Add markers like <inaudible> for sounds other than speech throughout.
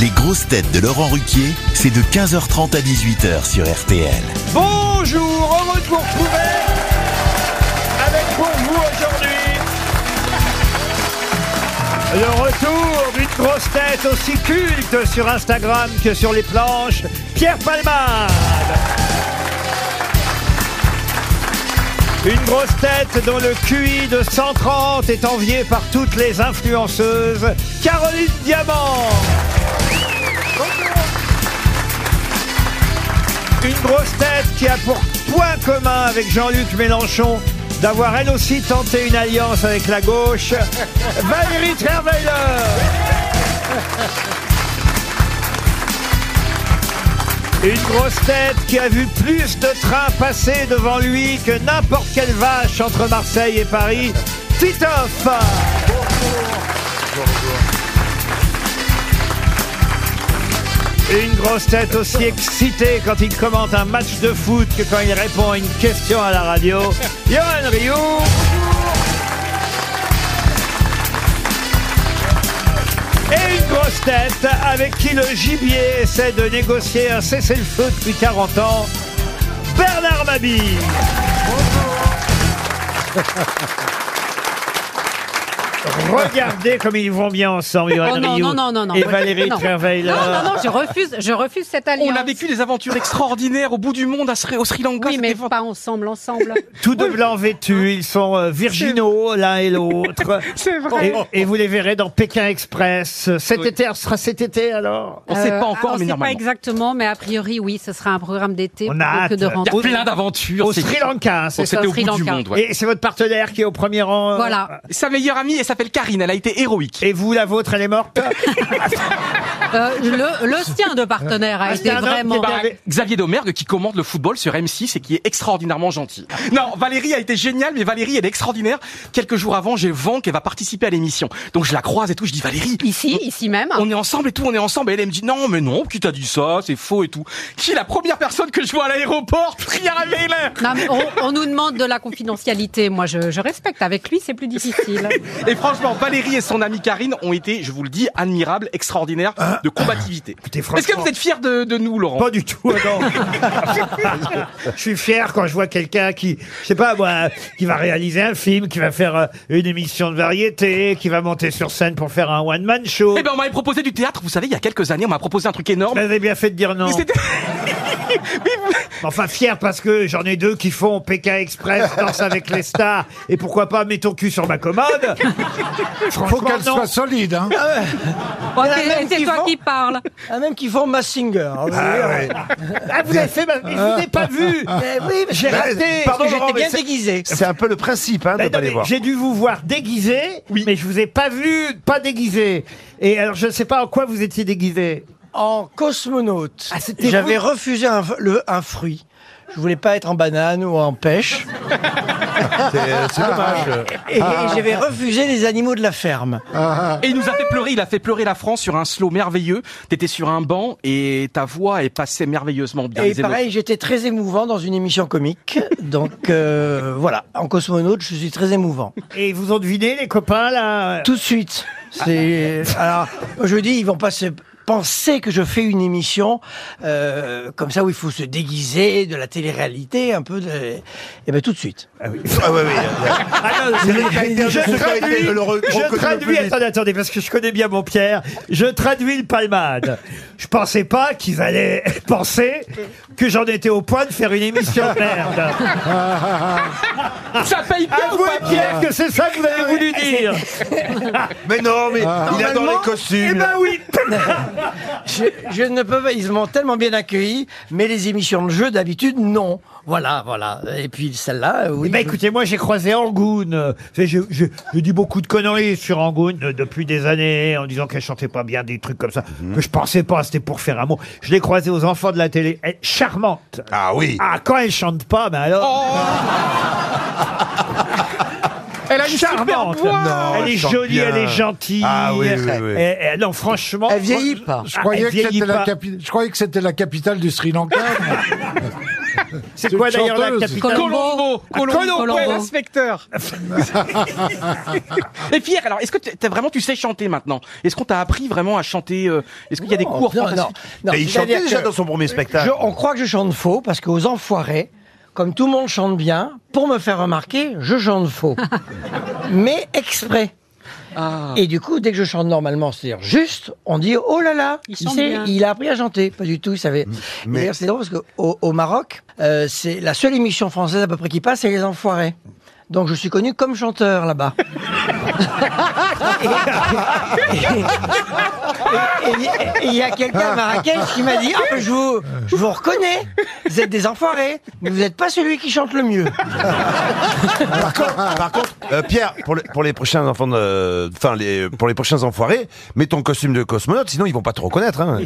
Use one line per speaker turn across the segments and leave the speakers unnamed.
Les grosses têtes de Laurent Ruquier, c'est de 15h30 à 18h sur RTL.
Bonjour, heureux de vous retrouver avec pour vous aujourd'hui le retour d'une grosse tête aussi culte sur Instagram que sur les planches, Pierre Palmade. Une grosse tête dont le QI de 130 est envié par toutes les influenceuses, Caroline Diamant. Une grosse tête qui a pour point commun avec Jean-Luc Mélenchon d'avoir elle aussi tenté une alliance avec la gauche, Valérie Trierweiler. Une grosse tête qui a vu plus de trains passer devant lui que n'importe quelle vache entre Marseille et Paris, Titoff. Une grosse tête aussi excitée quand il commente un match de foot que quand il répond à une question à la radio. Johan Rioux. Et une grosse tête avec qui le gibier essaie de négocier un cessez-le-feu depuis 40 ans. Bernard Mabille. Regardez comme ils vont bien ensemble, Johan
Oh non,
Rioux
non, non, non, non.
et Valérie
Non.
Trierweiler.
Non, non, non, je refuse, je refuse cette alliance.
On a vécu des aventures extraordinaires au bout du monde, à Sri- au Sri Lanka.
Oui,
c'était
mais
fan-
pas ensemble, ensemble.
Tous deux blancs vêtus, ils sont euh, virginaux l'un et
<laughs>
l'autre.
C'est vrai.
Et, et vous les verrez dans Pékin Express. Cet
Oui.
été, alors, ce sera cet été alors
On sait pas encore,
on
mais
sait euh, pas
normalement.
exactement, mais a priori, oui, ce sera un programme d'été
On a hâte.
plutôt que de
Il
rentrée.
y a plein d'aventures.
Au
c'est-
Sri Lanka, hein, c'est
Oh,
ça
C'était au
Sri
bout du
Lanka.
monde. ouais.
Et c'est votre partenaire qui est au premier rang. euh,
Voilà.
Sa meilleure amie, elle s'appelle Karine. Elle a été héroïque.
Et vous, la vôtre, elle est morte Ah,
Euh, le, le sien de partenaire
Ah,
a
c'est
été
un homme qui est
vraiment.
barré. Et-
Xavier Domergue qui commande le football sur M6 et qui est extraordinairement gentil. Non, Valérie a été géniale, mais Valérie elle est extraordinaire. Quelques jours avant, j'ai Van qui va participer à l'émission. Donc je la croise et tout, je dis Valérie,
Ici, ici même.
on est ensemble et tout, on est ensemble. Et elle, elle me dit non, mais non, qui t'a dit ça, c'est faux et tout. Qui est la première personne que je vois à l'aéroport, <laughs> Priya Weiler.
Non, mais on, on nous demande de la confidentialité. Moi, je, je respecte. Avec lui, c'est plus difficile.
Et franchement, Valérie et son amie Karine ont été, je vous le dis, admirables, extraordinaires de combativité.
Écoutez,
<laughs> Est-ce que
Ah. franchement-
vous êtes fiers de, de nous, Laurent
Pas du tout, ah
<laughs>
non. je suis fier quand je vois quelqu'un qui, je sais pas moi, qui va réaliser un film, qui va faire euh, une émission de variété, qui va monter sur scène pour faire un one-man show.
Eh ben, on m'avait proposé du théâtre, vous savez, il y a quelques années, on m'a proposé un truc
Vous
énorme.
avez bien fait de dire non.
Mais c'était- <laughs> Oui, vous-
Enfin, fier parce que j'en ai deux qui font Pékin Express, Danse avec les stars, et pourquoi pas Mets ton cul sur ma
<laughs>
commode.
Faut
Franchement,
qu'elle
non.
soit solide, hein.
Oh, c'est- c'est toi qui parles.
Ah, même qui vend Massinger. Ah, oui,
Ah, vous avez fait, ma- mais je vous ai
Ah.
pas vu.
Eh oui, mais j'ai
Mais-
raté.
pardon,
parce que
Laurent,
J'étais bien
mais c'est-
déguisé.
<laughs> C'est un peu le principe, hein, de
Mais
pas
non,
les
mais
voir.
J'ai dû vous voir déguisé, mais je vous ai pas vu, pas déguisé. Et alors, je ne sais pas en quoi vous étiez déguisé.
En cosmonaute,
Ah, c'était
j'avais refusé un, le, un fruit. Je voulais pas être en banane ou en pêche.
euh,
C'est dommage.
Et j'avais refusé les animaux de la ferme.
Ah.
Et il nous a fait pleurer, il a fait pleurer la France sur un slow merveilleux. T'étais sur un banc et ta voix est passée merveilleusement bien.
Et
Les émo-
pareil, j'étais très émouvant dans une émission comique. Donc euh, voilà, en cosmonaute, je suis très émouvant.
Et ils vous ont deviné, les copains, là
Tout de suite. <laughs> C'est alors je dis ils vont pas se penser que je fais une émission euh, comme ça où il faut se déguiser de la télé-réalité un peu de et ben tout de suite.
Ah ouais, oui. euh,
Ah non,
c'est
je-
l'interdit
je
de
traduis-
traiter le re-
Je
reconnu
traduis,
public.
attendez, attendez, parce que je connais bien mon Pierre. Je traduis le palmade. Je pensais pas qu'ils allaient <laughs> penser que j'en étais au point de faire une émission de merde.
Ça paye bien ou
Avouez,
pas
Pierre, que c'est ça que vous avez voulu dire.
Mais non, mais il adore
Normalement,
les costumes.
Eh ben oui.
Je, je ne peux pas, ils m'ont tellement bien accueilli, mais les émissions de jeu d'habitude non. Voilà, voilà. Et puis celle-là euh, oui.
Eh ben, écoutez, moi j'ai croisé Angoune. Euh, J'ai j'ai- j'ai dit beaucoup de conneries sur Angoune euh, depuis des années en disant qu'elle chantait pas bien des trucs comme ça
Mhm.
que je pensais pas. C'était pour faire un mot. Je l'ai croisée aux enfants de la télé. Elle est charmante.
Ah oui.
Ah quand elle chante pas, ben alors.
Oh Elle a une super
charmante.
voix.
Non,
elle est
chante
jolie,
bien.
elle est gentille.
Ah oui, oui, oui.
Elle- elle- non, franchement. ah,
Elle vieillit pas.
Je
<laughs>
croyais,
elle
que
vieillit
c'était la
pas.
capi- je croyais que c'était la capitale du Sri Lanka.
C'est
C'est
quoi
une
d'ailleurs la
chanteuse.
capitale
Colombo, Colombo,
Colombo.
ouais, l'inspecteur. <laughs> Et Pierre, alors est-ce que t'es- t'as vraiment tu sais chanter maintenant Est-ce qu'on t'a appris vraiment à chanter euh, Est-ce qu'il y a des cours
Non, non,
fantastiques
non,
Et il
c'est-à-dire
chantait déjà
que
dans son premier spectacle.
je- on croit que je chante faux parce qu'aux enfoirés, comme tout le monde chante bien, pour me faire remarquer, je chante faux. Mais exprès.
Ah.
Et du coup, dès que je chante normalement, c'est-à-dire juste, on dit oh là là,
Il
tu
chante
sais,
bien.
il a appris à chanter. Pas du tout, il savait. Et D'ailleurs, c'est drôle parce qu'au au Maroc, euh, c'est la seule émission française à peu près qui passe, c'est Les Enfoirés. Donc je suis connu comme chanteur là-bas. <laughs> Et- et- et- et Il y a quelqu'un à Marrakech qui m'a dit Ah, mais je vous, je vous reconnais, vous êtes des enfoirés, mais vous n'êtes pas celui qui chante le mieux.
Par contre, euh, Pierre, pour, le- pour les prochains enfants, de- enfin les, pour les prochains enfoirés, mets ton costume de cosmonaute, sinon ils vont pas te reconnaître.
<laughs>
Hein.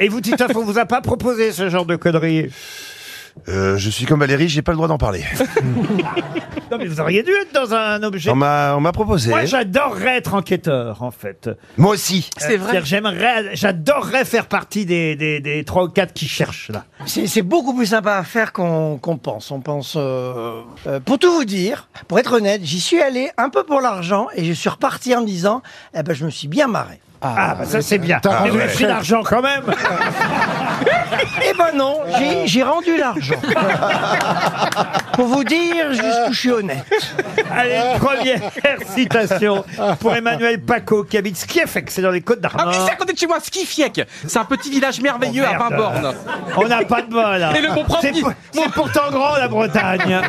Et vous, Titoff, on vous a pas proposé ce genre de conneries
Euh, je suis comme Valérie, j'ai pas le droit d'en parler.
Non, mais vous auriez dû être dans un objet.
On m'a on m'a proposé.
Moi, j'adorerais être enquêteur, en fait.
Moi aussi.
C'est
Euh,
vrai.
c'est-à-dire, J'aimerais, j'adorerais faire partie des, des, des trois ou quatre qui cherchent, là.
C'est c'est beaucoup plus sympa à faire qu'on qu'on pense. On pense. euh, euh, pour tout vous dire, pour être honnête, j'y suis allé un peu pour l'argent et je suis reparti en me disant Eh ben, je me suis bien marré.
Ah, bah, ça, c'est bien.
t'as
Mais vous avez
raison.
pris l'argent quand même.
<laughs>
Eh ben non, j'ai- j'ai rendu <laughs> l'argent. pour vous dire jusqu'où je suis honnête.
Allez, première citation pour Emmanuel Paco, qui habite Skieffec, c'est dans les Côtes
Ah oui,
d'Armor.
c'est à côté de chez moi, Skifiek. C'est un petit village merveilleux
Oh,
à
merde.
20 bornes.
On n'a pas de bol, là.
Et le bon prof
c'est,
dit-
pour- c'est pourtant grand, la
<laughs>
Bretagne.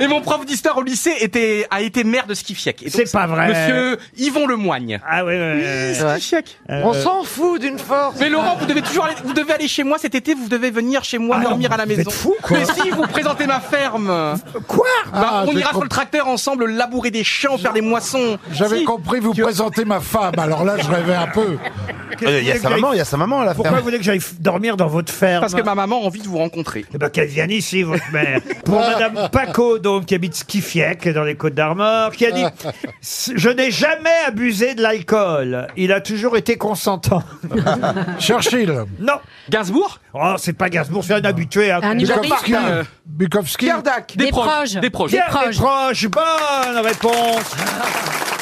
Et mon prof d'histoire au lycée était a été maire de Skifiek. Et donc,
C'est pas vrai.
Monsieur Yvon Lemoigne.
Ah oui, oui, oui.
Skifiek.
On s'en
fout d'une force.
Mais Laurent, vous devez toujours aller, vous devez aller chez moi cet été, vous devez venir chez moi
Ah non,
dormir à la
vous êtes
maison.
fou, quoi. Ah,
Mais si, vous présentez ma ferme.
Quoi
Bah,
Ah,
on
j'ai
ira sur
compris.
le tracteur ensemble labourer des champs, faire des moissons.
J'avais
Si.
compris, vous présentez ma femme. Alors là, je rêvais un peu.
Euh, Il y a sa maman, il y a sa maman à la
Pourquoi
ferme.
vous voulez que j'aille f- dormir dans votre ferme
Parce que ma maman a envie de vous rencontrer.
Eh ben, qu'elle vienne ici, votre mère. Pour Madame Paco, donc, qui habite Skifiec, dans les Côtes d'Armor, qui a dit « Je n'ai jamais abusé de l'alcool. Il a toujours été consentant. <laughs>
Churchill, »
Non
Gainsbourg
Oh, c'est pas Gainsbourg, c'est un habitué. hein.
Un humoriste.
Bukowski,
Euh,
Bukowski.
Gardac.
Des proches.
Des proches.
Pierre
Des proches.
Desproges, bonne réponse